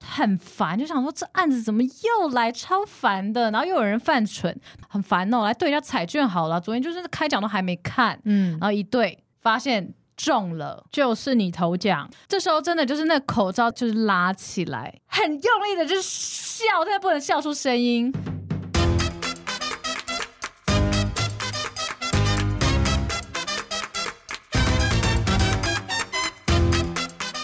很烦，就想说这案子怎么又来，超烦的。然后又有人犯蠢，很烦哦，来对一下彩券好了。昨天就是开奖都还没看，嗯然，后一对发现中了，就是你头奖，这时候真的就是那口罩就是拉起来，很用力的就是笑，但是不能笑出声音。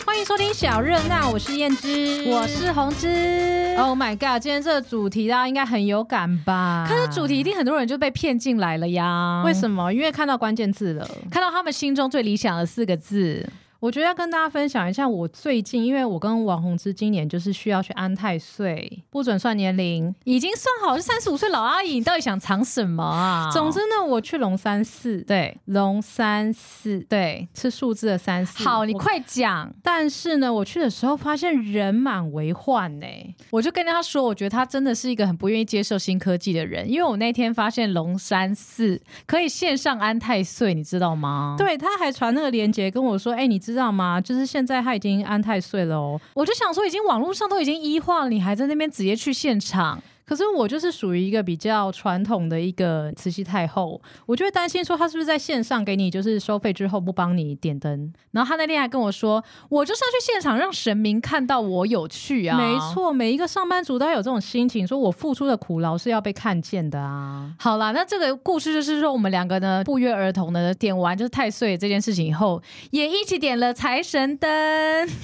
欢迎收听小热闹，我是燕之，我是红之。 Oh my god！今天这个主题大家应该很有感吧？可是主题一定很多人就被骗进来了呀？为么？什么？因为看到关键字了。看到他们心中最理想的四个字，我觉得要跟大家分享一下，我最近因为我跟王宏之今年就是需要去安太岁，不准算年龄。已经算好是三十五岁老阿姨，你到底想藏什么啊？总之呢，我去龙山寺，对龙山寺对，是数字的三四。好，你我。快讲。但是呢，我去的时候发现人满为患呢、我就跟他说，我觉得他真的是一个很不愿意接受新科技的人，因为我那天发现龙山寺可以线上安太岁，你知道吗？，对，他还传那个链接跟我说：“哎、你知道吗？就是现在他已经安太岁了哦。我就想说，已经网络上都已经医化了，你还在那边直接去现场，可是我就是属于一个比较传统的一个慈禧太后，我就会担心说他是不是在线上给你就是收费之后不帮你点灯？然后他那天还跟我说，我就是要去现场让神明看到我有去啊，没。错，每一个上班族都要有这种心情，说我付出的苦劳是要被看见的啊。好啦，那这个故事就是说，我们两个呢不约而同的点完就是太岁这件事情以后，也一起点了财神灯。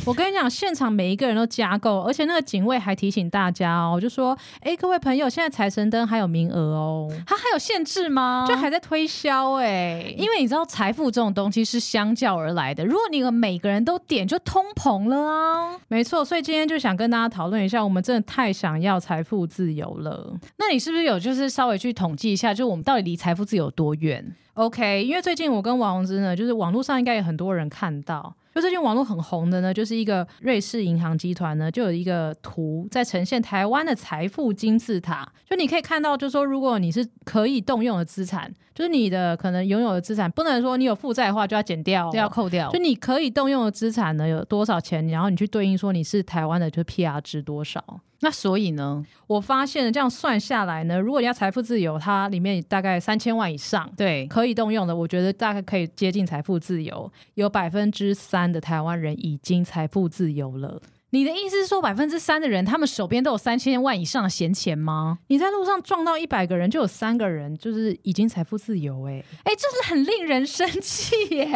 我跟你讲，现场每一个人都加购，而且那个警卫还提醒大家哦，就说：哎、各位朋友，现在财神灯还有名额哦，它还有限制吗？就还在推销哎、啊因为你知道财富这种东西是相较而来的，如果你每个人都点，就通膨了啊。没错，所以今天就想跟大家讨论一下，我们真的太想要财富自由了。那你是不是有就是稍微去统计一下，就我们到底离财富自由有多远？ OK，因为最近我跟王宏之呢，就是网络上应该有很多人看到，就最近网络很红的呢，就是一个瑞士银行集团呢，就有一个图在呈现台湾的财富金字塔，就你可以看到，就是说如果你是可以动用的资产，就是你的可能拥有的资产，不能说你有负债的话就要减掉、哦都要。扣掉就。你可以动用的资产呢有多少钱，然后你去对应说你是台湾的，就是 PR 值多少。那所以呢？我发现了这样算下来呢，如果你要财富自由，它里面大概三千万以上对，可以动用的，我觉得大概可以接近财富自由。有百分之三的台湾人已经财富自由了。你的意思是说，百分之三的人他们手边都有三千万以上的闲钱吗？你在路上撞到一百个人，就有三个人就是已经财富自由、欸。哎，这是很令人生气耶、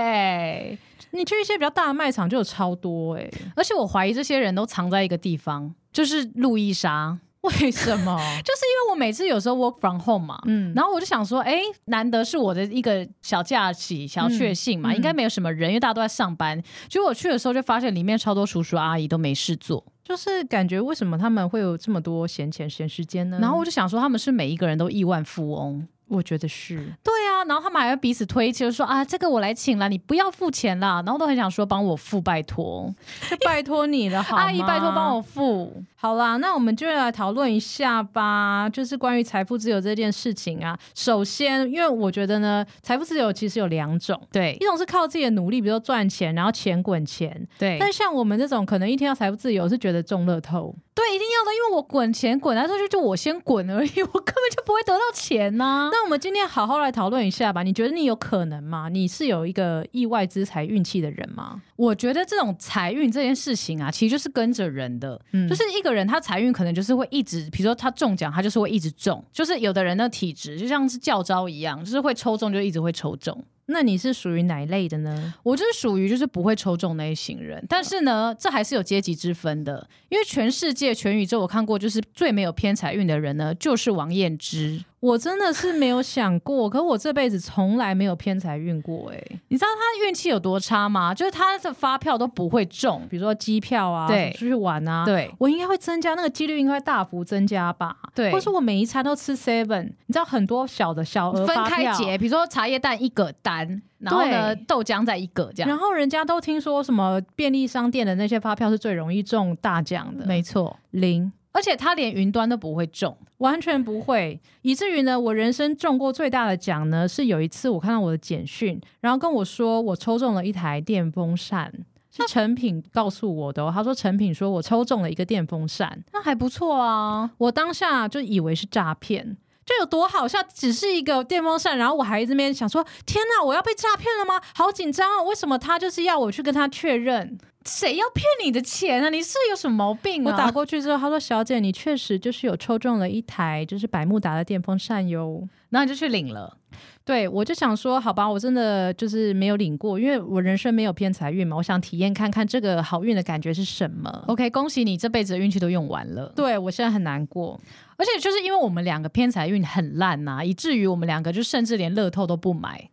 你去一些比较大的卖场就有超多、欸， 而且我怀疑这些人都藏在一个地方，就是路易莎。为什么？ 就是因为我每次有时候 work from home 嘛， 嗯，然后我就想说，哎，难得是我的一个小假期、小确幸嘛，嗯嗯应该没有什么人，因为大家都在上班。结果我去的时候就发现里面超多叔叔阿姨都没事做，就是感觉为什么他们会有这么多闲钱、闲时间呢？然后我就想说他们是每一个人都亿万富翁。我觉得是，对啊，然后他们还会彼此推卸，就说啊，这个我来请啦，你不要付钱啦。然后都很想说帮我付，拜托，就哎拜托你了，好吗阿姨拜托帮我付。好啦，那我们就来讨论一下吧，就是关于财富自由这件事情啊。首先，因为我觉得呢，财富自由其实有两种，对一种是靠自己的努力，比如说赚钱，然后钱滚钱。对但像我们这种可能一天要财富自由，是觉得中乐透。对，一定要的，因为我滚钱滚来说去，就我先滚而已， 我根本就不会得到钱呐、那我们今天好好来讨论一下吧。你觉得你有可能吗？你是有一个意外之财运气的人吗？我觉得这种财运这件事情啊，其实就是跟着人的，嗯就是一个人他财运可能就是会一直，比如说他中奖，他就是会一直中，就是有的人的体质就像是教招一样，就是会抽中就一直会抽中。那你是属于哪一类的呢？我就是属于就是不会抽中那一型人，但是呢，这还是有阶级之分的，因为全世界全宇宙我看过，就是最没有偏财运的人呢，就是王彦之。我真的是没有想过，可我这辈子从来没有偏财运过、欸，你知道他运气有多差吗？就是他的发票都不会中。比如说机票啊，对出去玩啊，对我应该会增加那个几率，应该会大幅增加吧？对或是我每一餐都吃 seven，你知道很多小的小额分发开票结，比如说茶叶蛋一个单，然后呢对豆浆再一个这样。然后人家都听说什么便利商店的那些发票是最容易中大奖的，没错，零而且他连云端都不会中，完全不会，以至于呢，我人生中过最大的奖呢，是有一次我看到我的简讯，然后跟我说我抽中了一台电风扇。是成品告诉我的、哦，他说成品说我抽中了一个电风扇，那还不错啊。我当下就以为是诈骗。这有多好笑？只是一个电风扇，然后我还这边想说：天哪，我要被诈骗了吗？好紧张啊！为什么他就是要我去跟他确认？谁要骗你的钱啊？你是有什么毛病我啊？打过去之后，他说：“小姐，你确实就是有抽中了一台就是百慕达的电风扇哟。然后你就去领了。”对，我就想说，好吧，我真的就是没有领过，因为我人生没有偏财运嘛，我想体验看看这个好运的感觉是什么。 OK，恭喜你这辈子的运气都用完了。对我现在很难过，而且就是因为我们两个偏财运很烂啊呐、以至于我们两个就甚至连乐透都不买。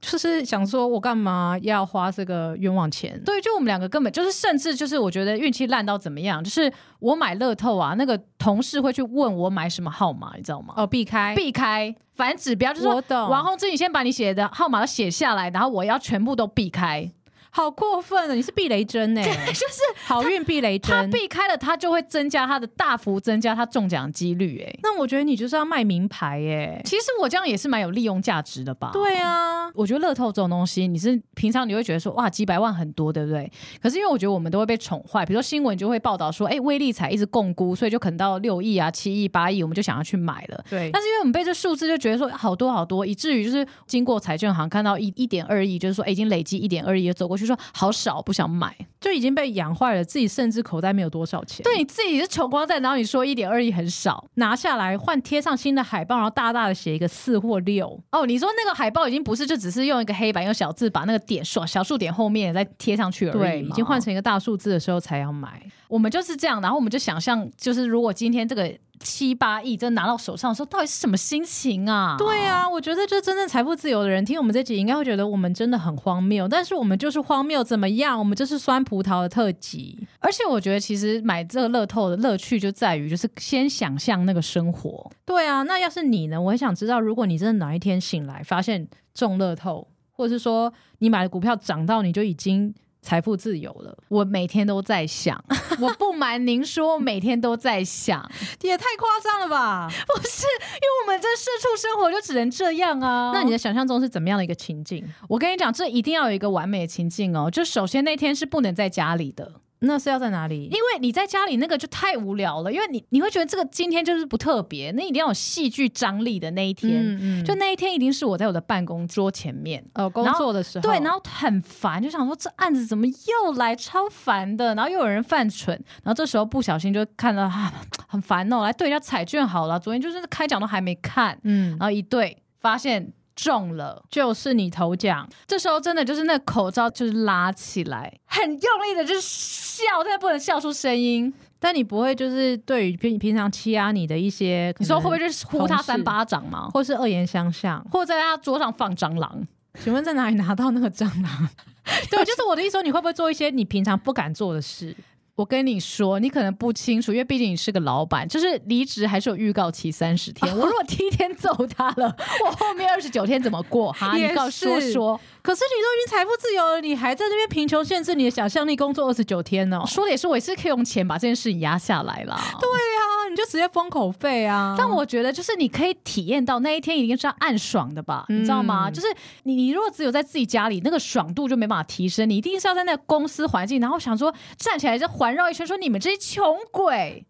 就是想说我干嘛要花这个冤枉钱？对，就我们两个根本就是，甚至就是我觉得运气烂到怎么样，就是我买乐透啊，那个同事会去问我买什么号码，你知道吗？哦，避开，避开，反正指标就是说我，懂。王宏志，你先把你写的号码都写下来，然后我要全部都避开。好过分啊！你是避雷针 哎、 就是好运避雷他针。避开了，他就会增加他的大幅增加他中奖几率、哎，那我觉得你就是要卖名牌 哎、其实我这样也是蛮有利用价值的吧？对啊，我觉得乐透这种东西，你是平常你会觉得说哇几百万很多，对不对？可是因为我觉得我们都会被宠坏，比如说新闻就会报道说，哎，威力彩一直共估，所以就可能到六亿啊、七亿、八亿，我们就想要去买了。对但是因为我们被这数字就觉得说好多好多，以至于就是经过财政行看到一一点二亿，就是说哎已经累积一点二亿了，走过去说好少，不想买。就已经被养坏了，自己甚至口袋没有多少钱。对，你自己是穷光蛋，然后你说一点二亿很少拿下来换贴上新的海报，然后大大的写一个四或六。哦，你说那个海报已经不是就只是用一个黑板用小字把那个点数小数点后面再贴上去而已吗，对，已经换成一个大数字的时候才要买。我们就是这样，然后我们就想象，就是如果今天这个七八亿真拿到手上的时候，到底是什么心情啊？对啊，我觉得就真正财富自由的人听我们这集，应该会觉得我们真的很荒谬。但是我们就是荒谬，怎么样？我们就是酸葡萄的特辑。而且我觉得其实买这个乐透的乐趣就在于，就是先想象那个生活，对啊，那要是你呢？我很想知道，如果你真的哪一天醒来发现中乐透，或者是说你买的股票涨到你就已经财富自由了，我每天都在想。 我不瞒您说，我每天都在想，因也太夸张了吧？为我们这社畜生活就只能这样啊。那你的想象中是怎么样的一个情境？我跟你讲，这一定要有一个完美的情境哦。就首先那天是不能在家里的，那是要在哪因里？为你在家里那个就太无聊了，因为你你会觉得这个今天就是不特别，那一定要有戏剧张力的那一天。嗯就那一天一定是我在我的办公桌前面，哦，工然后作的时候，对，然后很烦，就想说这案子怎么又来，超烦的，然后又有人犯蠢，然后这时候不小心就看到啊，很烦哦，来对一下彩券好了，昨天就是开奖都还没看，嗯然，后一对发现中了，就是你头奖，这时候真的就是那口罩就是拉起来，很用力的就是笑，但不能笑出声音，但你不会就是对于平平常欺压你的一些，你说会不会，就是呼他同事三巴掌吗？或是恶言相向？或者在他桌上放蟑螂？请问在哪里拿到那个蟑螂？ 对，就是我的意思说，你会不会做一些你平常不敢做的事？我跟你说，你可能不清楚，因为毕竟你是个老板，就是离职还是有预告期三十 天。我如果第一天揍他了，我后面二十九天怎么过？哈，也你告是说说，可是你都已经财富自由了，你还在那边贫穷限制你的想象力，工作二十九天哦。说的也是，我也是可以用钱把这件事情压下来啦。对，啊，你就直接封口费啊！但我觉得就是你可以体验到那一天一定是要暗爽的吧，嗯你知道吗？就是你你如果只有在自己家里，那个爽度就没办法提升，你一定是要在那个公司环境，然后想说站起来就环绕一圈，说你们这些穷鬼。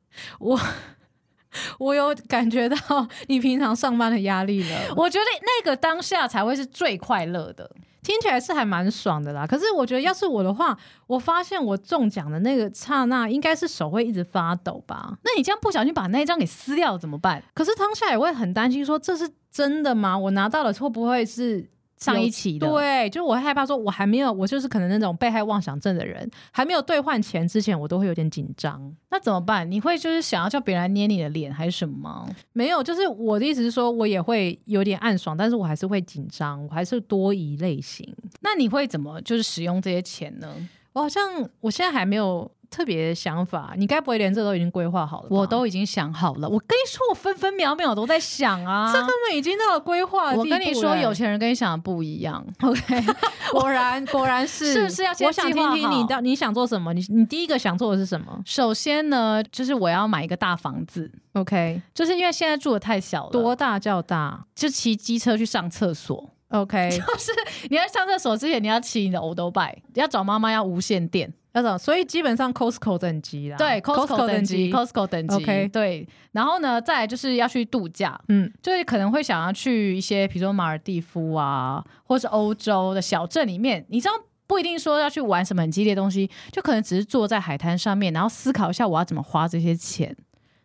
我有感 觉到你平常上班的压力了，我觉得那个当下才会是最快乐的。听起来是还蛮爽的啦。可是我觉得要是我的话，我发现我中奖的那个刹那，应该是手会一直发抖吧。那你这样不小心把那一张给撕掉了怎么办？可是当下也会很担心，说这是真的吗？我拿到了会不会是上有一期的，对，就是我会害怕说，我还没有，我就是可能那种被害妄想症的人，还没有兑换钱之前，我都会有点紧张。那怎么办？你会就是想要叫别人来捏你的脸还是什么吗？没有，就是我的意思是说，我也会有点暗爽，但是我还是会紧张，我还是多疑类型。那你会怎么就是使用这些钱呢？我好像我现在还没有特别的想法，你该不会连这都已经规划好了吧？我都已经想好了，我跟你说，我分分秒秒都在想啊。这根本已经到了规划的我地步跟你说，了有钱人跟你想的不一样。 OK，果然果然 是是不是要先我想计听划听好你到你想做什么？你你第一个想做的是什么首先呢，就是我要买一个大房子， ？OK，啊就是因为现在住的太小了，多大叫大？就骑机车去上厕所。 OK，你要上厕所之前，你要骑你的欧兜拜，要找妈妈要无线电。 要找，所以基本上 Costco 等级啦，对，Costco 啊等级，Costco 等级 OK 对。然后呢，再来就是要去度假，嗯，就是可能会想要去一些，比如说马尔蒂夫啊，或是欧洲的小镇里面，你知道。不一定说要去玩什么很激烈的东西，就可能只是坐在海滩上面，然后思考一下我要怎么花这些钱。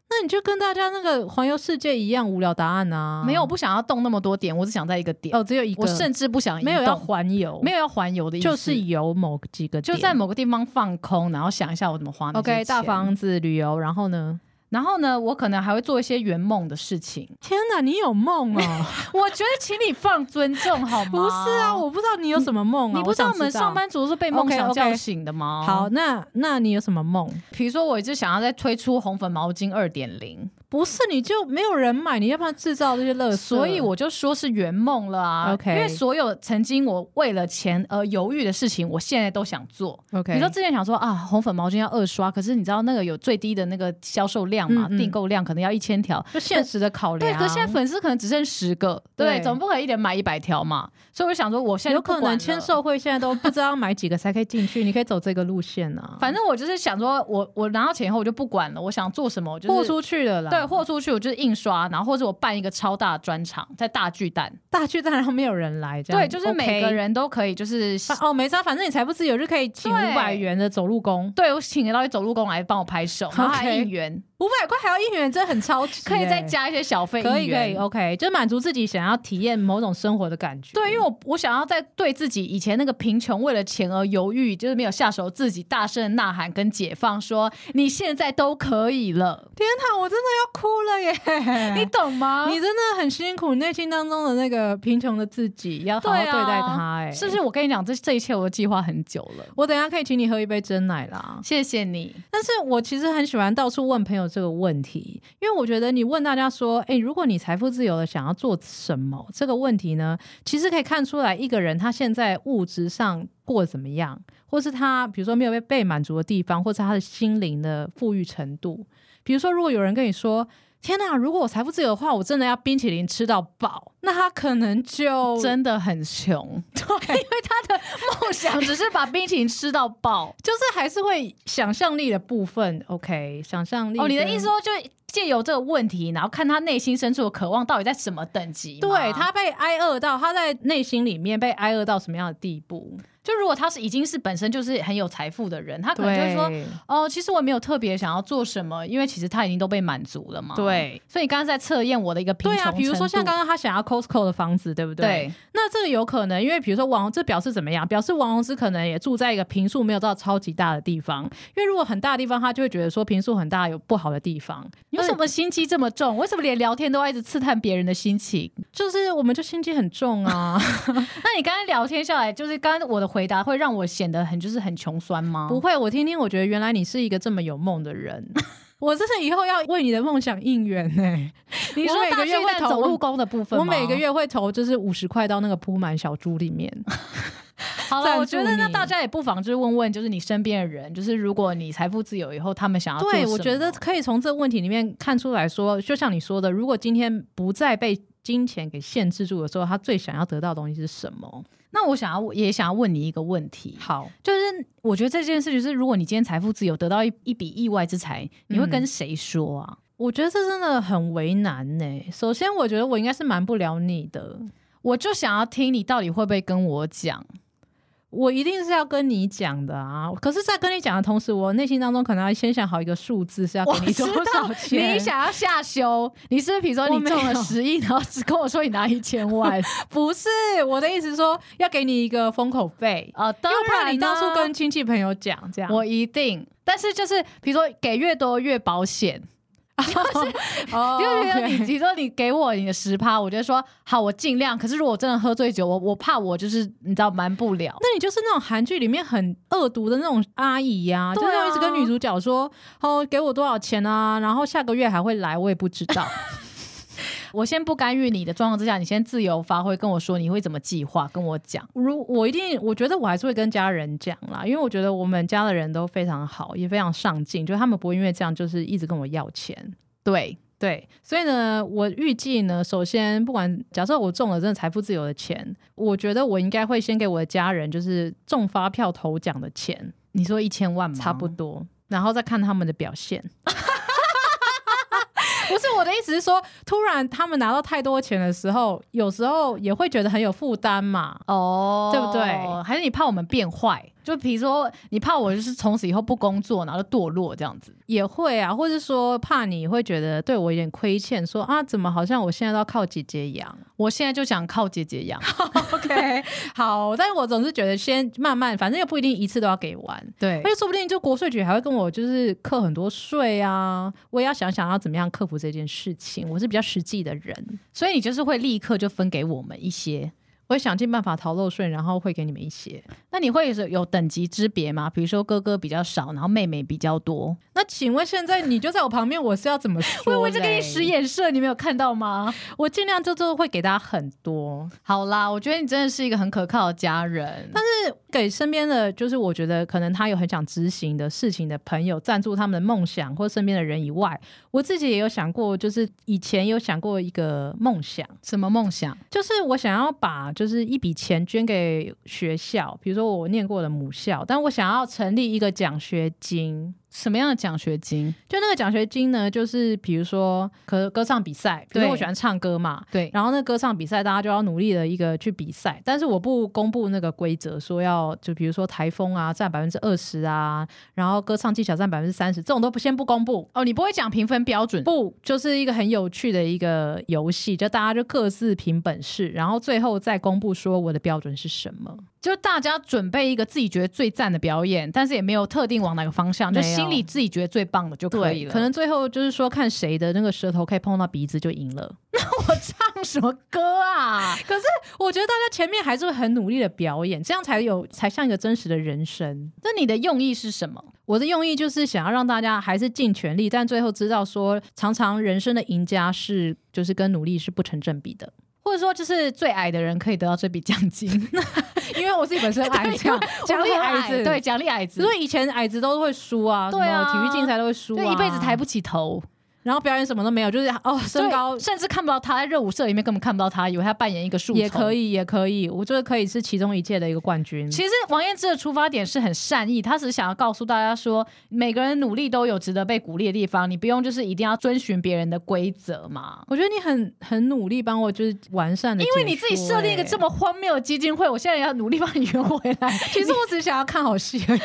那你就跟大家那个环游世界一样无聊答案啊，没有，我不想要动那么多点，我只想在一个点。哦，只有一个，我甚至不想移没有要动环游，没有有要环游的意思，就是游某几个点，就在某个地方放空，然后想一下我怎么花那些 OK 大钱房子旅游，然后呢？然后呢，我可能还会做一些圆梦的事 情。天哪，你有梦啊？我觉得，请你放尊重好吗？ 不是啊，我不知道你有什么梦啊，你不知道想哦我们上。班族是被梦 OK，想 OK 叫醒的吗？好，，那那你有什么梦？比如说我一直想要再推出红粉毛巾二点零，不是你就没有人买，你要不要制造这些乐色？所以我就说是圆梦了啊。 OK 因为所有曾经我为了钱而犹豫的事情，我现在都想做。 OK，你说之前想说啊，红粉毛巾要二刷，可是你知道那个有最低的那个销售量嘛，嗯嗯订购量可能要一千条，就现实的考对，量，可是现在粉丝可能只剩十个，对不对，对总不可能一人买一百条嘛，所以我就想说，我现在有就不可管能了签，售会现在都不知道买几个才可以进去，你可以走这个路线 啊，反正我就是想说我我拿到钱以后我就不管了，我想做什么我就是豁出去了啦。对，豁出去我就是印刷，然后或者我办一个超大专场在大巨蛋，大巨蛋然后没有人来，这样对，就是每个。人都可以就是。 OK 反哦，没差，反正你财不自由，就可以请五对百元的走路工，对，我请得到一走路工来帮我拍手，然后还 OK 应援五百块还要一元，这很超值欸，可以再加一些小费，可以可以。，OK，就满足自己想要体验某种生活的感觉。对，因为我我想要在对自己以前那个贫穷为了钱而犹豫，就是没有下手，自己大声呐喊跟解放说，你现在都可以了。天哪，我真的要哭了耶！你懂吗？ 你真的很辛苦，内心当中的那个贫穷的自己要好好对对啊待它，哎，是不是？我跟你讲，这这一切我都计划很久了。我等一下可以请你喝一杯真奶啦。谢谢你，但是我其实很喜欢到处问朋友这个问题，因为我觉得你问大家说，诶，如果你财富自由了，想要做什么？这个问题呢，其实可以看出来一个人他现在物质上过得怎么样，或是他比如说没有被被满足的地方，或是他的心灵的富裕程度。比如说，如果有人跟你说。天呐！如果我财富自由的话，我真的要冰淇淋吃到饱，那他可能就 真的很穷，对，。因为他的梦想只是把冰淇淋吃到爆 就是还是会想象力的部分。OK，想象力哦，你的跟意思说，就借由这个问题，然后看他内心深处的渴望到底在什么等级吗？对他被挨饿到，他在内心里面被挨饿到什么样的地步？就如果他是已经是本身就是很有财富的人，他可能就会对，说，哦，其实我也没有特别想要做什么，因为其实他已经都被满足了嘛。，对。所以你刚刚在测验我的一嗯个贫对穷啊，比如说像程度刚刚他想要 Costco 的房子，对不对？对那这个有可能，因为比如说王，这表示怎么样？表示王宏之可能也住在一个平数没有到超级大的地方，因为如果很大的地方，他就会觉得说平数很大有不好的地方。你为什么心机这么重？为什么连聊天都要一直刺探别人的心情？就是我们就心机很重 啊，那你刚才聊天下来，就是刚刚我的回答会让我显得很就是很穷酸吗？不会，我听听，我觉得原来你是一个这么有梦的人， 我真的以后要为你的梦想应援呢、 你说我每大个巨月会蛋投走路工的部分我吗每个月会投就是五十块到那个铺满小猪里面。好了，赞助我觉得那你大家也不妨就是问问，就是你身边的人，就是如果你财富自由以后，他们想要啊做对，什么我觉得可以从这个问题里面看出来说，就像你说的，如果今天不再被金钱给限制住的时候，他最想要得到的东西是什么？那我想要也想要问你一个问题，好，就是我觉得这件事就是，如果你今天财富自由得到一一笔意外之财，你会嗯跟谁说啊？我觉得这真的很为难呢、首先，我觉得我应该是瞒不了你的，我就想要听你到底会不会跟我讲。我一定是要跟你讲的啊。可是，在跟你讲的同时，我内心当中可能要先想好一个数字是要给我你知多道少钱。你想要下修，你是不是比如说我你没中了有十亿，然后只跟我说你拿一千 万？不是我的意思是说，要给你一个封口费。哦，当又怕然你到啦处跟亲戚朋友讲，这样 我一定，但是就是比如说给越多越保险，哦因为比如说 OK 你，比如说你给我你的十趴，我就说好，我尽量。可是如果我真的喝醉酒，我我怕我就是你知道瞒不了。那你就是那种韩剧里面很恶毒的那种阿姨呀、对就啊是那种一直跟女主角说哦给我多少钱啊，然后下个月还会来，我也不知道。我先不干预你的状况之下，你先自由发挥，跟我说你会怎么计划，跟我讲。如我一定，我觉得我还是会跟家人讲啦，因为我觉得我们家的人都非常好，也非常上进，就他们不会因为这样就是一直跟我要钱。对，对，所以呢，我预计呢，首先不管假设我中了真的财富自由的钱，我觉得我应该会先给我的家人，就是中发票头奖的钱，你说一千万吗？差不多，然后再看他们的表现。 不是我的意思是说，突然他们拿到太多钱的时候，有时候也会觉得很有负担嘛。哦，对不对？还是你怕我们变坏？就比如说，你怕我就是从此以后不工作，然后就堕落这样子。也会啊，或是说怕你会觉得对我有点亏欠，说啊，怎么好像我现在都要靠姐姐养我现在就想靠姐姐 养， ？OK，好，但是我总是觉得先慢慢，反正又不一定一次都要给完， 对而且说不定就国税局还会跟我就是课很多税啊，我也要想想要怎么样克服这件事情。我是比较实际的人，所以你就是会立刻就分给我们一些。我会想尽办法逃漏税，然后会给你们一些。那你会有有等级之别吗？比如说哥哥比较少，然后妹妹比较多。那请问现在你就在我旁边，我是要怎么 说？我一直给你使，眼色，你没有看到吗？我尽量就就会给大家很多，好啦，我觉得你真的是一个很可靠的家人。但是给身边的就是我觉得可能他有很想执行的事情的朋友，赞助他们的梦想或身边的人以外，我自己也有想过，就是以前有想过一个梦想，什么梦想？就是我想要把就是一笔钱捐给学校，比如说我念过的母校，但我想要成立一个奖学金。什么样的奖学金？就那个奖学金呢，就是比如说歌歌唱比赛，比如对说我喜欢唱歌嘛，对，然后那歌唱比赛，大家就要努力的一个去比赛，但是我不公布那个规则，说要就比如说台风啊占百分之二十啊，然后歌唱技巧占百分之三十，这种都不先不公布。哦，你不会讲评分标准？不，就是一个很有趣的一个游戏，就大家就各自凭本事，然后最后再公布说我的标准是什么。就大家准备一个自己觉得最赞的表演，但是也没有特定往哪个方向，就没有心里自己觉得最棒的就可以了。可能最后就是说看谁的那个舌头可以碰到鼻子就赢了。我唱什么歌啊？可是我觉得大家前面还是会很努力的表演，这样才有才像一个真实的人生。 那你的用意是什么？我的用意就是想要让大家还是尽全力，但最后知道说，常常人生的赢家是就是跟努力是不成正比的。或者说，就是最矮的人可以得到这笔奖金， 因为我自己本身 矮，这样奖励矮子， 对，对，奖励矮子，所以以前矮子都会输啊，对啊什么体育竞赛都会输、啊，就一辈子抬不起头，然后表演什么都没有，就是哦，身高对甚至看不到他在热舞社里面根本看不到他，以为他扮演一个树也可以。以，也可以，我觉得可以是其中一届的一个冠军。其实王彦之的出发点是很善意，他只是想要告诉大家说，每个人努力都有值得被鼓励的地方，你不用就是一定要遵循别人的规则嘛。我觉得你很很努力帮我就是完善的、因为你自己设定一欸个这。么荒谬的基金会，我现在要努力把你圆回来。 其实我只是想要看好戏 而已，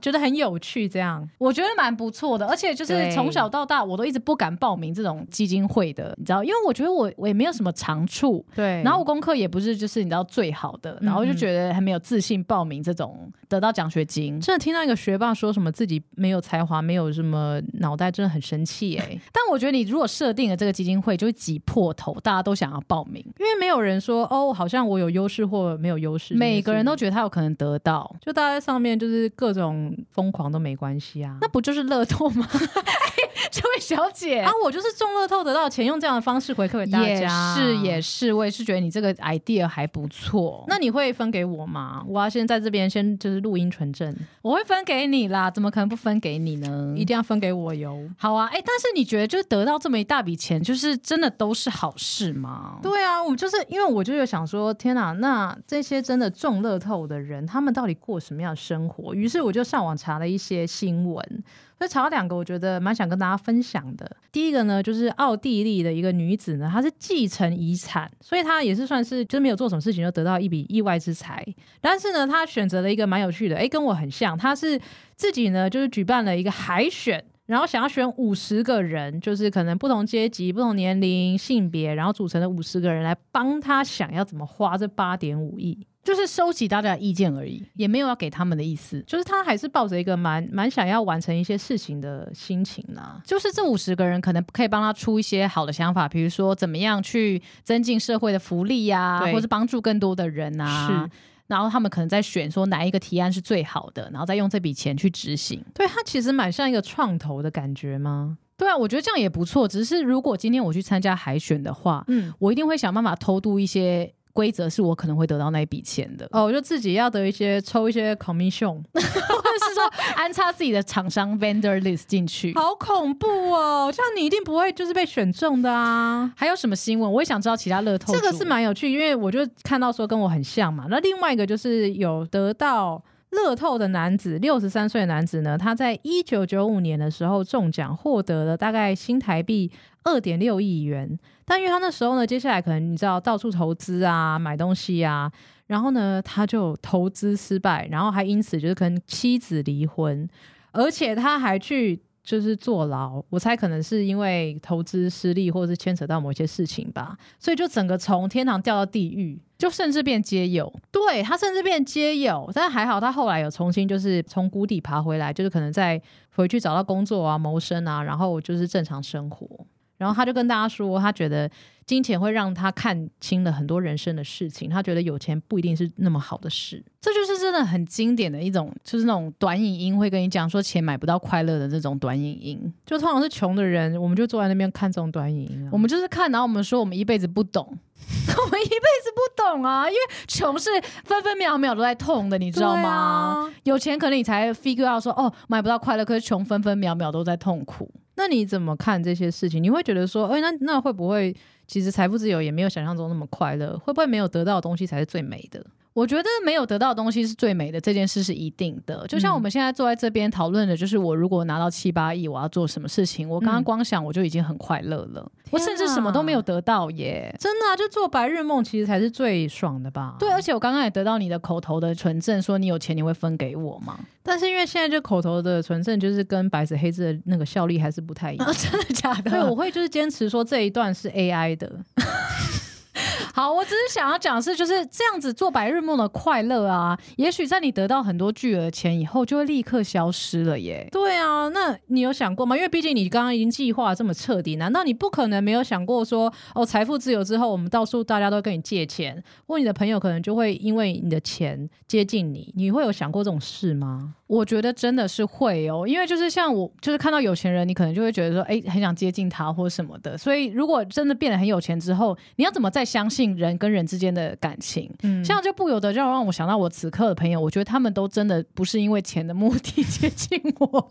觉得很有趣。这样，我觉得蛮不错的，而且就是对从小到大，我都一直不敢报名这种基金会的，你知道，因为我觉得我我也没有什么长处，对嗯然后我功课也不是就是你知道最好的，然后就觉得很没有自信报名这种得到奖学金。真的听到一个学霸说什么自己没有才华，没有什么脑袋，真的很生 气哎、但我觉得你如果设定了这个基金会，就会挤破头，大家都想要报名，因为没有人说哦，好像我有优势或没有优势，每个人都这件事觉得他有可能得到，就大家在上面就是各种疯狂都没关系啊。那不就是乐透 吗？哎这位小姐啊，我就是中乐透得到钱，用这样的方式回馈给大也家，是也。是，我也是觉得你这个 idea 还不错。那你会分给我吗？我要先在这边先就是录音存证，我会分给你啦，怎么可能不分给你呢？一定要分给我哟。好啊，哎、但是你觉得就是得到这么一大笔钱，就是真的都是好事吗？对啊，我就是因为我就有想说，天哪，那这些真的中乐透的人，他们到底过什么样的生活？于是我就上网查了一些新闻，所以查到两个，我觉得蛮想跟大家分享的。第一个呢，就是奥地利的一个女子呢，她是继承遗产，所以她也是算是就是没有做什么事情就得到一笔意外之财。但是呢，她选择了一个蛮有趣的，诶，跟我很像，她是自己呢就是举办了一个海选。然后想要选五十个人，就是可能不同阶级、不同年龄、性别，然后组成的五十个人来帮他想要怎么花这八点五亿。就是收集大家的意见而已，也没有要给他们的意思。就是他还是抱着一个蛮蛮想要完成一些事情的心情啦、就是这五十个人可能可以帮他出一些好的想法，比如说怎么样去增进社会的福利呀、对或是帮助更多的人啊。是。然后他们可能在选说哪一个提案是最好的，然后再用这笔钱去执行。对他其实蛮像一个创投的感觉吗？对啊，我觉得这样也不错。只是如果今天我去参加海选的话，嗯，我一定会想办法偷渡一些规则是我可能会得到那一笔钱的，哦，我就自己要得一些抽一些 commission，就是 说安插自己的厂商 vendor list 进去。好恐怖哦！这样你一定不会就是被选中的啊。还有什么新闻？我也想知道其他乐透这组。个是蛮有趣，因为我就看到说跟我很像嘛。那另外一个就是有得到乐透的男子，六十三岁的男子呢，他在一九九五年的时候中奖，获得了大概新台币二点六亿元。但因为他那时候呢，接下来可能你知道到处投资啊，买东西啊，然后呢他就投资失败，然后还因此就是跟妻子离婚，而且他还去。就是坐牢，我猜可能是因为投资失利，或是牵扯到某些事情吧。所以就整个从天堂掉到地狱。就甚至变街友，对他甚至变街友，但还好他后来有重新就是从谷底爬回来，就是可能再回去找到工作啊、谋生啊，然后就是正常生活。然后他就跟大家说，他觉得金钱会让他看清了很多人生的事情，他觉得有钱不一定是那么好的事。这就是真的很经典的一种，就是那种短影音会跟你讲说钱买不到快乐的这种短影音。就通常是穷的人，我们就坐在那边看这种短影音、啊，我们就是看，然后我们说我们一辈子不 懂，我们一辈子不懂啊，因为穷是分分秒秒都在痛的，你知道对吗？啊有钱可能你才 figure out 说哦买不到快乐，可是穷分分秒秒都在痛苦。那你怎么看这些事情？你会觉得说，哎、那那会不会其实财富自由也没有想象中那么快乐？会不会没有得到的东西才是最美的？我觉得没有得到的东西是最美的，这件事是一定的。就像我们现在坐在这边讨论的，就是我如果拿到七八亿，我要做什么事情？我刚刚嗯光想我就已经很快乐了，我天甚至啊什么都没有得到耶。真的啊，就做白日梦其实才是最爽的吧？对，而且我刚刚也得到你的口头的纯正，说你有钱你会分给我吗？ 但是因为现在这口头的纯正，就是跟白纸黑字的那个效力还是不太一样。啊真的假所以的我？会就是坚持说这一段是 AI 的，好，我只是想要讲的是，就是这样子做白日梦的快乐啊，也许在你得到很多巨额钱以后，就会立刻消失了耶。对啊，那你有想过吗？因为毕竟你刚刚已经计划这么彻底，难道你不可能没有想过说，哦，财富自由之后，我们到处大家都跟你借钱，或你的朋友可能就会因为你的钱接近你，你会有想过这种事吗？我觉得真的是会哦，因为就是像我，就是看到有钱人，你可能就会觉得说，哎，很想接近他或什么的。所以如果真的变得很有钱之后，你要怎么再相信人跟人之间的感情？嗯这样就不由得让让我想到我此刻的朋友，我觉得他们都真的不是因为钱的目的 接近我，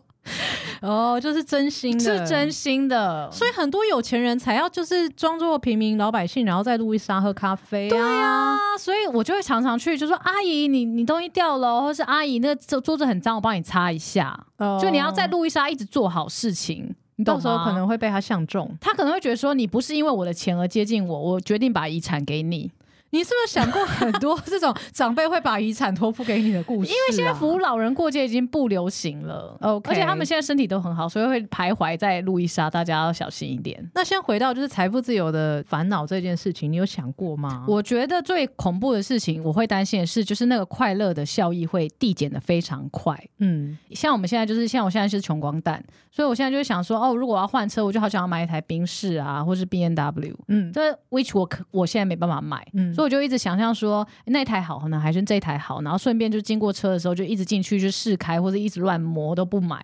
哦，就是真心的，是真。心的。所以很多有钱人才要就是装作平民老百姓，然后在路易莎喝咖啡、啊。对啊，所以我就会常常去，就说阿姨，你你东西掉了哦，或是阿姨那桌桌子很脏，我帮你擦一下。哦就你要在路易莎一直做好事情，你懂到吗？时候可能会被他相中。他可能会觉得说，你不是因为我的钱而接近我，我决定把遗产给你。你是不是想过很多这种长辈会把遗产托付给你的故事、因啊为现在服务老人过街已经不流行了 OK 而且他们现在身体都很好，所以会徘徊在路易莎，大家要小心一点。那先回到就是财富自由的烦恼这件事情，你有想过吗？我觉得最恐怖的事情，我会担心的是，就是那个快乐的效益会递减的非常快。嗯，像我们现在就是，像我现在是穷光蛋，所以我现在就会想说，哦，如果我要换车，我就好想要买一台宾士啊，或是 B N W，嗯这 which 我可我现在没办法买，嗯所以我就一直想象说哎那台好呢，还是这台好，然后顺便就经过车的时候就一直进去去试开，或者一直乱摸都不买，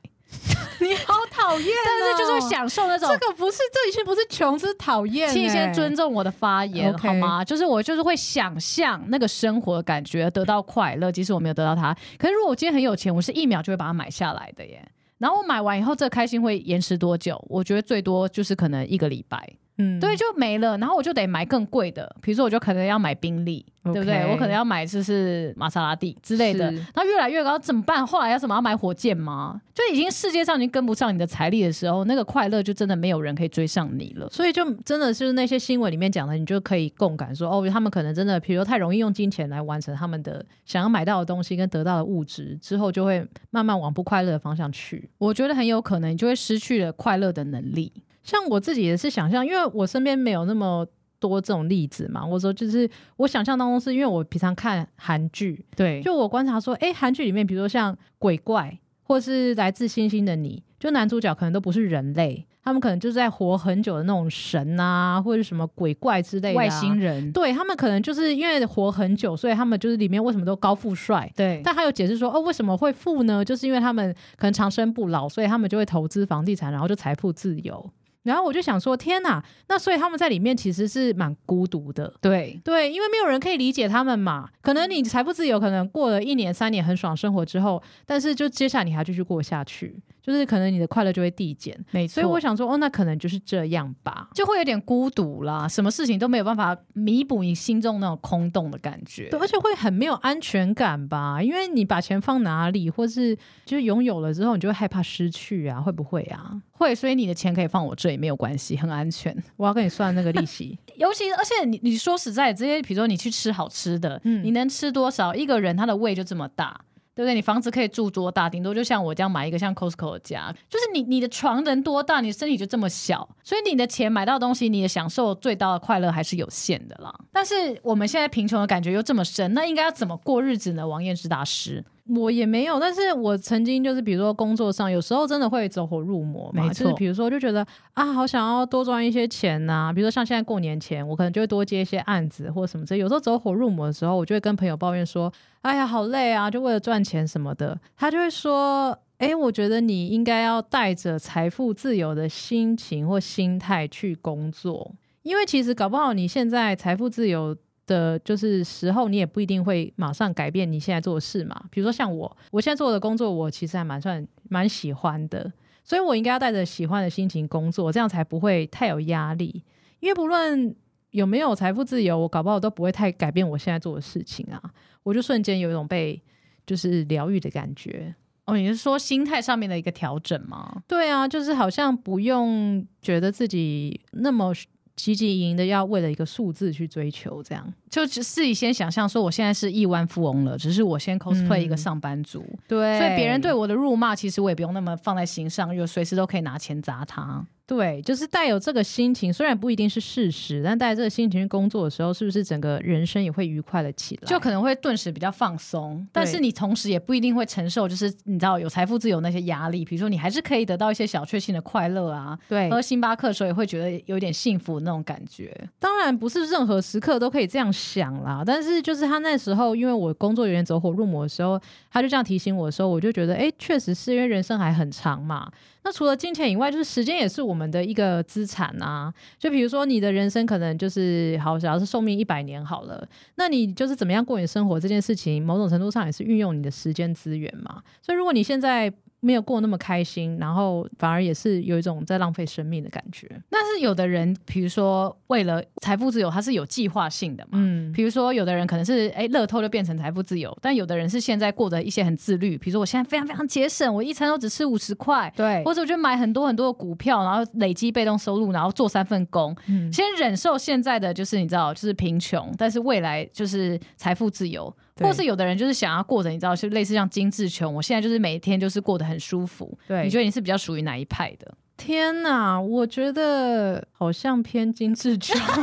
你好讨 厌、哦但是就是会享受那种这。个不是，这已经不是穷，这是讨厌、欸。请你先尊重我的发言 OK 好吗？就是我就是会想象那个生活的感觉，得到快乐，即使我没有得到它。可是如果我今天很有钱，我是一秒就会把它买下来的耶。然后我买完以后，这个开心会延迟多久？我觉得最多就是可能一个礼拜。嗯对，就没了。然后我就得买更贵的，比如说我就可能要买宾利 OK 对不对？我可能要买就是玛莎拉蒂之类的。是然后越来越高怎么办？后来要什么要买火箭吗？就已经世界上已经跟不上你的财力的时候，那个快乐就真的没有人可以追上你了。所以就真的是那些新闻里面讲的，你就可以共感说，哦，他们可能真的，比如说太容易用金钱来完成他们的想要买到的东西跟得到的物质，之后就会慢慢往不快乐的方向去。我觉得很有可能你就会失去了快乐的能力。像我自己也是想象，因为我身边没有那么多这种例子嘛，我说就是我想象当中是因为我平常看韩剧，对就就我观察说，诶，韩剧里面，比如说像鬼怪，或是来自星星的你，就男主角可能都不是人类，他们可能就是在活很久的那种神啊，或者什么鬼怪之类的啊、外星人。对他们可能就是因为活很久，所以他们就是里面为什么都高富帅。对但他有解释说，哦，为什么会富呢？就是因为他们可能长生不老，所以他们就会投资房地产，然后就财富自由。然后我就想说，天哪！那所以他们在里面其实是蛮孤独的，对，对，因为没有人可以理解他们嘛。可能你财富自由，可能过了一年、三年很爽生活之后，但是就接下来你还要继续过下去，就是可能你的快乐就会递减。没错。所以我想说，哦，那可能就是这样吧。就会有点孤独啦，什么事情都没有办法弥补你心中那种空洞的感觉。对，而且会很没有安全感吧，因为你把钱放哪里，或是就是拥有了之后，你就会害怕失去啊，会不会啊？会，所以你的钱可以放我这里没有关系，很安全。我要跟你算那个利息，尤其而且你你说实在，这些比如说你去吃好吃的，嗯你能吃多少？一个人他的胃就这么大。对不对？你房子可以住多大？顶多就像我这样买一个像 Costco 的家，就是你你的床能多大，你身体就这么小，所以你的钱买到东西，你的享受最大的快乐还是有限的啦。但是我们现在贫穷的感觉又这么深，那应该要怎么过日子呢？王燕之大师， 我也没有，但是我曾经就是比如说工作上，有时候真的会走火入魔嘛，没就是错比如说就觉得啊，好想要多赚一些钱呐、比如说像现在过年前，我可能就会多接一些案子或什么之类。有时候走火入魔的时候，我就会跟朋友抱怨说，哎呀，好累啊，就为了赚钱什么的。他就会说。哎，我觉得你应该要带着财富自由的心情或心态去工作，因为其实搞不好你现在财富自由的，就是时候，你也不一定会马上改变你现在做的事嘛。比如说像我，我现在做的工作，我其实还蛮算蛮喜欢的，所以我应该要带着喜欢的心情工作，这样才不会太有压力。因为不论有没有财富自由，我搞不好都不会太改变我现在做的事情啊。我就瞬间有一种被就是疗愈的感觉。哦，你是说心态上面的一个调整吗？对啊，就是好像不用觉得自己那么积极营营的要为了一个数字去追求这样。就只自己先想象说，我现在是亿万富翁了，只是我先 cosplay 嗯一个上班族，对所所以以别别人人对对我的辱骂，其实我也不用那么放在心上，因为我随时都可以拿钱砸他。对，就是带有这个心情，虽然不一定是事实，但带着这个心情去工作的时候，是不是整个人生也会愉快了起来？就可能会顿时比较放松，但是你同时也不一定会承受，就是你知道有财富自由那些压力，比如说你还是可以得到一些小确幸的快乐啊。对，喝星巴克的时候也会觉得有点幸福那种感觉，当然不是任何时刻都可以这样想啦，但是就是他那时候，因为我工作有点走火入魔的时候，他就这样提醒我的时候，我就觉得，哎，确实是因为人生还很长嘛。那除了金钱以外，就是时间也是我们的一个资产啊。就比如说你的人生可能就是好，假如是寿命一百年好了，那你就是怎么样过你的生活这件事情，某种程度上也是运用你的时间资源嘛。所以如果你现在没有过那么开心，然后反而也是有一种在浪费生命的感觉。但是有的人，比如说为了财富自由，他是有计划性的嘛，嗯，比如说，有的人可能是哎乐透就变成财富自由，但有的人是现在过得一些很自律，比如说我现在非常非常节省，我一餐都只吃五十块，对或者我就买很多很多的股票，然后累积被动收入，然后做三份工，嗯先忍受现在的就是你知道就是贫穷，但是未来就是财富自由，对或是有的人就是想要过着你知道就类似像精致穷，我现在就是每天就是过得很舒服。对，你觉得你是比较属于哪一派的？天哪，我觉得好像偏精致 穷。不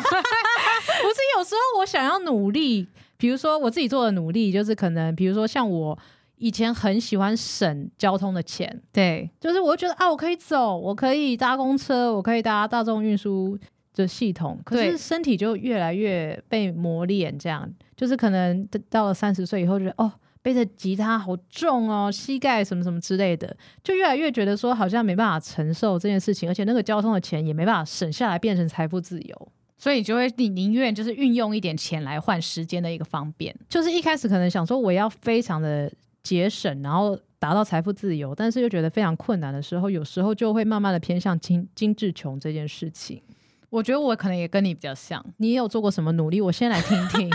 是，有时候我想要努力，比如说我自己做的努力，就是可能，比如说像我以前很喜欢省交通的钱，对，就是我会觉得啊，我可以走，我可以搭公车，我可以搭大众运输的系统，可对是身体就越来越被磨练，这样就是可能到了三十岁以后，觉得哦。背着吉他好重哦，膝盖什么什么之类的，就越来越觉得说好像没办法承受这件事情，而且那个交通的钱也没办法省下来变成财富自由。所以你就会你宁愿就是运用一点钱来换时间的一个方便。就是一开始可能想说我要非常的节省，然后达到财富自由，但是又觉得非常困难的时候，有时候就会慢慢的偏向精精致穷这件事情。我觉得我可能也跟你比较像，你有做过什么努力？我先来听听。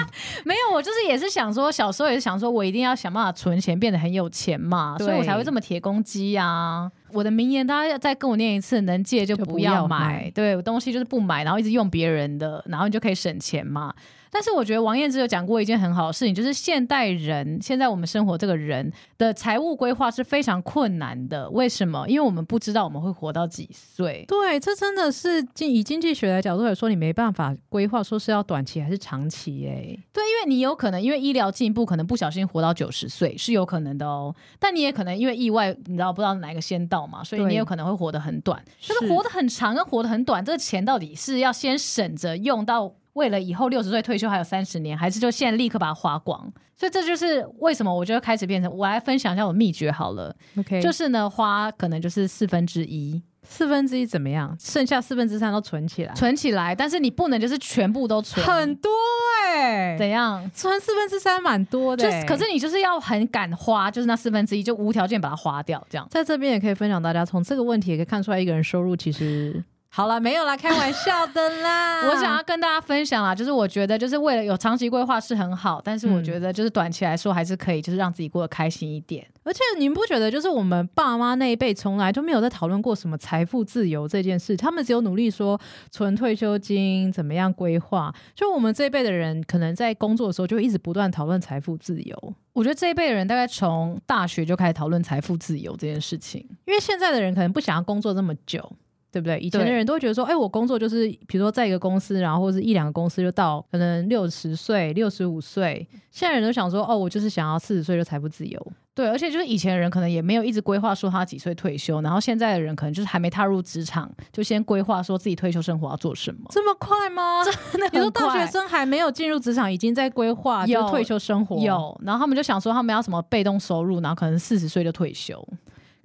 没有，我就是也是想说，小时候也是想说，我一定要想办法存钱，变得很有钱嘛，对所以我才会这么铁公鸡啊。我的名言，大家要再跟我念一次，能借就就不不要要买，买对我东西就是不买，然后一直用别人的，然后你就可以省钱嘛。但是我觉得王燕之有讲过一件很好的事情，就是现代人，现在我们生活这个人的财务规划是非常困难的。为什么？因为我们不知道我们会活到几岁。 对，这真的是经以经济学的角度来说，你没办法规划说是要短期还是长期、欸。对，因为你有可能因为医疗进步，可能不小心活到九十岁是有可能的哦。但你也可能因为意外，你知道不知道哪一个先到嘛，所以对你有可能会活得很短。是但是活得很长跟活得很短，这个钱到底是要先省着用到为了以后六十岁退休还有三十年，还是就现在立刻把它花光？所以这就是为什么我就开始变成我来分享一下我秘诀好了， OK，就是是呢花可能就是四分之一。四分之一怎么样？剩下四分之三都存起来，存起来，但是你不能就是全部都存，很多哎、怎样？存四分之三蛮多的就欸、是，可是你就是要很敢花，就是那四分之一就无条件把它花掉，这样。在这边也可以分享大家，从这个问题也可以看出来，一个人收入其实好了，没有啦，开玩笑的啦。 我想要跟大家分享啊，就是我觉得就是为了有长期规划是很好，但是我嗯觉得就是短期来说还是可以，就是让自己过得开心一点。而且你们不觉得，就是我们爸妈那一辈从来都没有在讨论过什么财富自由这件事，他们只有努力说存退休金怎么样规划。就我们这一辈的人，可能在工作的时候就一直不断讨论财富自由，我觉得这一辈的人大概从大学就开始讨论财富自由这件事情。因为现在的人可能不想要工作这么久。对不对？以前的对人都会觉得说，哎，我工作就是，比如说在一个公司，然后或是一两个公司，就到可能六十岁、六十五岁。现在人都想说，哦，我就是想要四十岁就财富自由。对，而且就是以前的人可能也没有一直规划说他几岁退休，然后现在的人可能就是还没踏入职场，就先规划说自己退休生活要做什 么。这么快吗？ 你说大学生还没有进入职场，已经在规划有就是退休生活？，有，然后他们就想说他们要什么被动收入，然后可能四十岁就退休。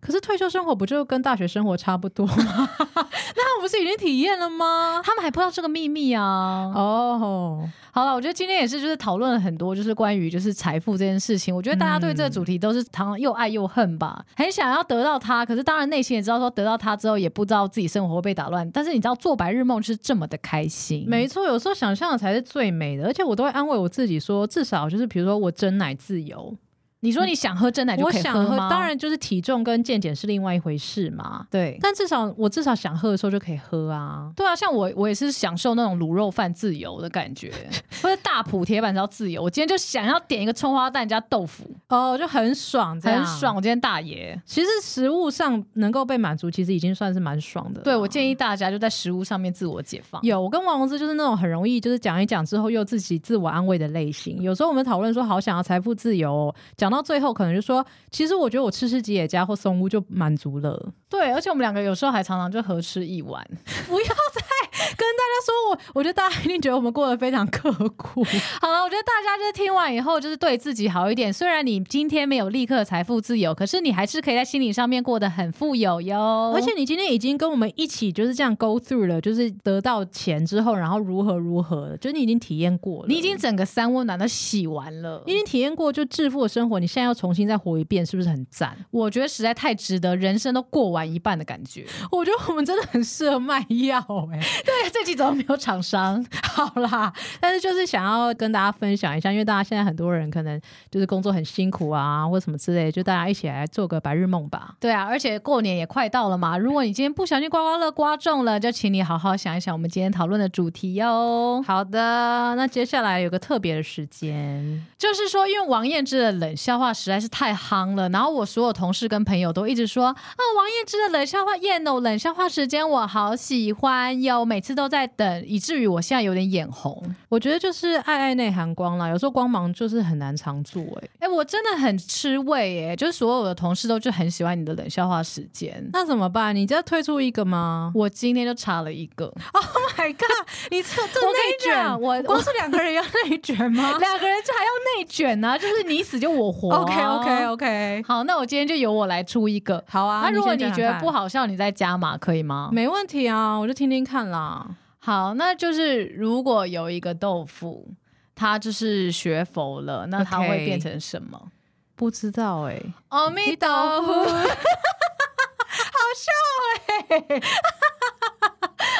可是退休生活不就跟大学生活差不多吗？ 那他们不是已经体验了吗？他们还不知道这个秘密啊！哦，好了，我觉得今天也是，就是讨论了很多，就是关于就是财富这件事情。我觉得大家对这嗯个主题都是常常又爱又恨吧，很想要得到它，可是当然内心也知道说得到它之后，也不知道自己生活会被打乱。但是你知道做白日梦就是这么的开心，没错，有时候想象的才是最美的，而且我都会安慰我自己说，至少就是比如说我真奶自由，你说你想喝真奶就我可以想喝，吗？当然就是体重跟健检是另外一回事嘛，对。但至少我至少想喝的时候就可以喝啊。对啊，像我我也是享受那种卤肉饭自由的感觉，或者大埔铁板烧自由。我今天就想要点一个葱花蛋加豆腐，哦，就很爽，这样很爽。。我今天大爷，其实食物上能够被满足，其实已经算是蛮爽的啦。对我建议大家就在食物上面自我解放。有，我跟王宏志就是那种很容易就是讲一讲之后又自己自我安慰的类型。有时候我们讨论说好想要财富自由哦、讲到最后可能就说，其实我觉得我吃吃吉野家或松屋就满足了。对，而且我们两个有时候还常常就合吃一碗。他说我，我觉得大家一定觉得我们过得非常刻苦。 好了，我觉得大家就是听完以后，就是对自己好一点。虽然你今天没有立刻财富自由，可是你还是可以在心理上面过得很富有哟。而且你今天已经跟我们一起就是这样 go through 了，就是得到钱之后，然后如何如何，就是你已经体验过了，你已经整个三温暖都洗完了，你已经体验过就致富的生活，你现在要重新再活一遍，是不是很赞？我觉得实在太值得，人生都过完一半的感觉。我觉得我们真的很适合卖药哎、 对，这集怎么没有厂商？ 好啦，但是就是想要跟大家分享一下，因为大家现在很多人可能就是工作很辛苦啊，或什么之类，就大家一起来做个白日梦吧。对啊，而且过年也快到了嘛。如果你今天不小心刮刮乐刮中了，就请你好好想一想我们今天讨论的主题哟。好的，那接下来有个特别的时间，就是说，因为王燕之的冷笑话实在是太夯了，然后我所有同事跟朋友都一直说啊，王燕之的冷笑话，燕哦，冷笑话时间我好喜欢哟，每次都在等，以至于我现在有点眼红。我觉得就是爱爱内涵光啦，有时候光芒就是很难常驻哎、哎、我真的很吃味哎、就是所有的同事都就很喜欢你的冷笑话时间。那怎么办？你就要推出一个吗我今天就查了一个， ？Oh my god！你这这我跟你讲，我我是两个人要内卷 吗两个人就还要内卷呢、就是你死就我活啊、 ？OK OK OK，好，那我今天就由我来出一个。好啊。那、如果你先觉讲讲得看不，好笑，你再加码可以吗？没问题啊，我就听听看啦。好，那就是如果有一个豆腐，它就是学佛了，那它 OK 会变成什么？不知道哎、阿弥陀佛， 好笑欸哎、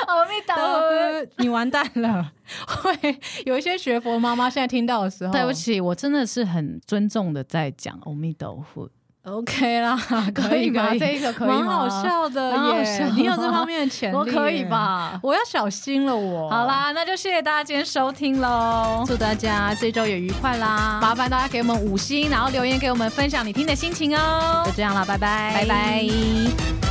阿弥陀佛。豆腐，你完蛋了！会有一些学佛妈妈现在听到的时 候，对不起，我真的是很尊重的在讲阿弥陀佛， ，OK 啦，可以吗？ 可以这一个可以吗？蛮好笑的蛮好耶笑，你有这方面的潜力，我可以？吧？我要小心了，我。好，啦，那就谢谢大家今天收听喽，哦祝大家这周也愉快啦！麻烦大家给我们五星，然后留言给我们分享你听的心情哦就。这样啦，拜拜，拜拜